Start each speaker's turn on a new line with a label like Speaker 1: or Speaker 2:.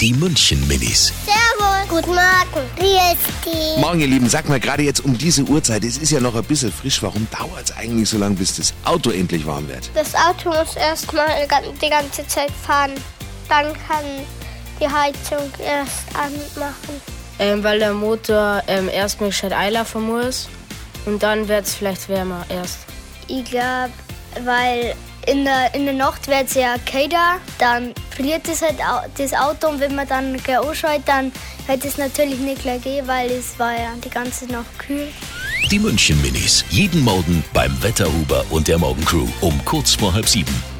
Speaker 1: Die München Minis.
Speaker 2: Servus. Guten Morgen. Wie ist die?
Speaker 1: Morgen, ihr Lieben, sag mal gerade jetzt um diese Uhrzeit, es ist ja noch ein bisschen frisch, warum dauert es eigentlich so lange, bis das Auto endlich warm wird?
Speaker 2: Das Auto muss erstmal die ganze Zeit fahren. Dann kann die Heizung erst anmachen.
Speaker 3: Ähm, weil der Motor ähm, erst mit statt Eiler vermur ist. Und dann wird es vielleicht wärmer erst.
Speaker 2: Ich glaube, weil in der, in der Nacht wird es ja kälter, dann friert das, halt au- das Auto und wenn man dann gleich anschaut, dann wird es natürlich nicht gleich gehen, weil es war ja die ganze Nacht kühl.
Speaker 1: Die München Minis. Jeden Morgen beim Wetterhuber und der Morgencrew um kurz vor halb sieben.